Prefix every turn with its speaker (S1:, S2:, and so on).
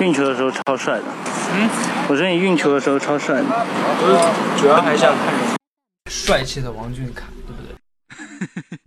S1: 运球的时候超帅的。
S2: 嗯，
S1: 我说你运球的时候超帅的。
S2: 我主要还想看帅气的王俊凯，对不对？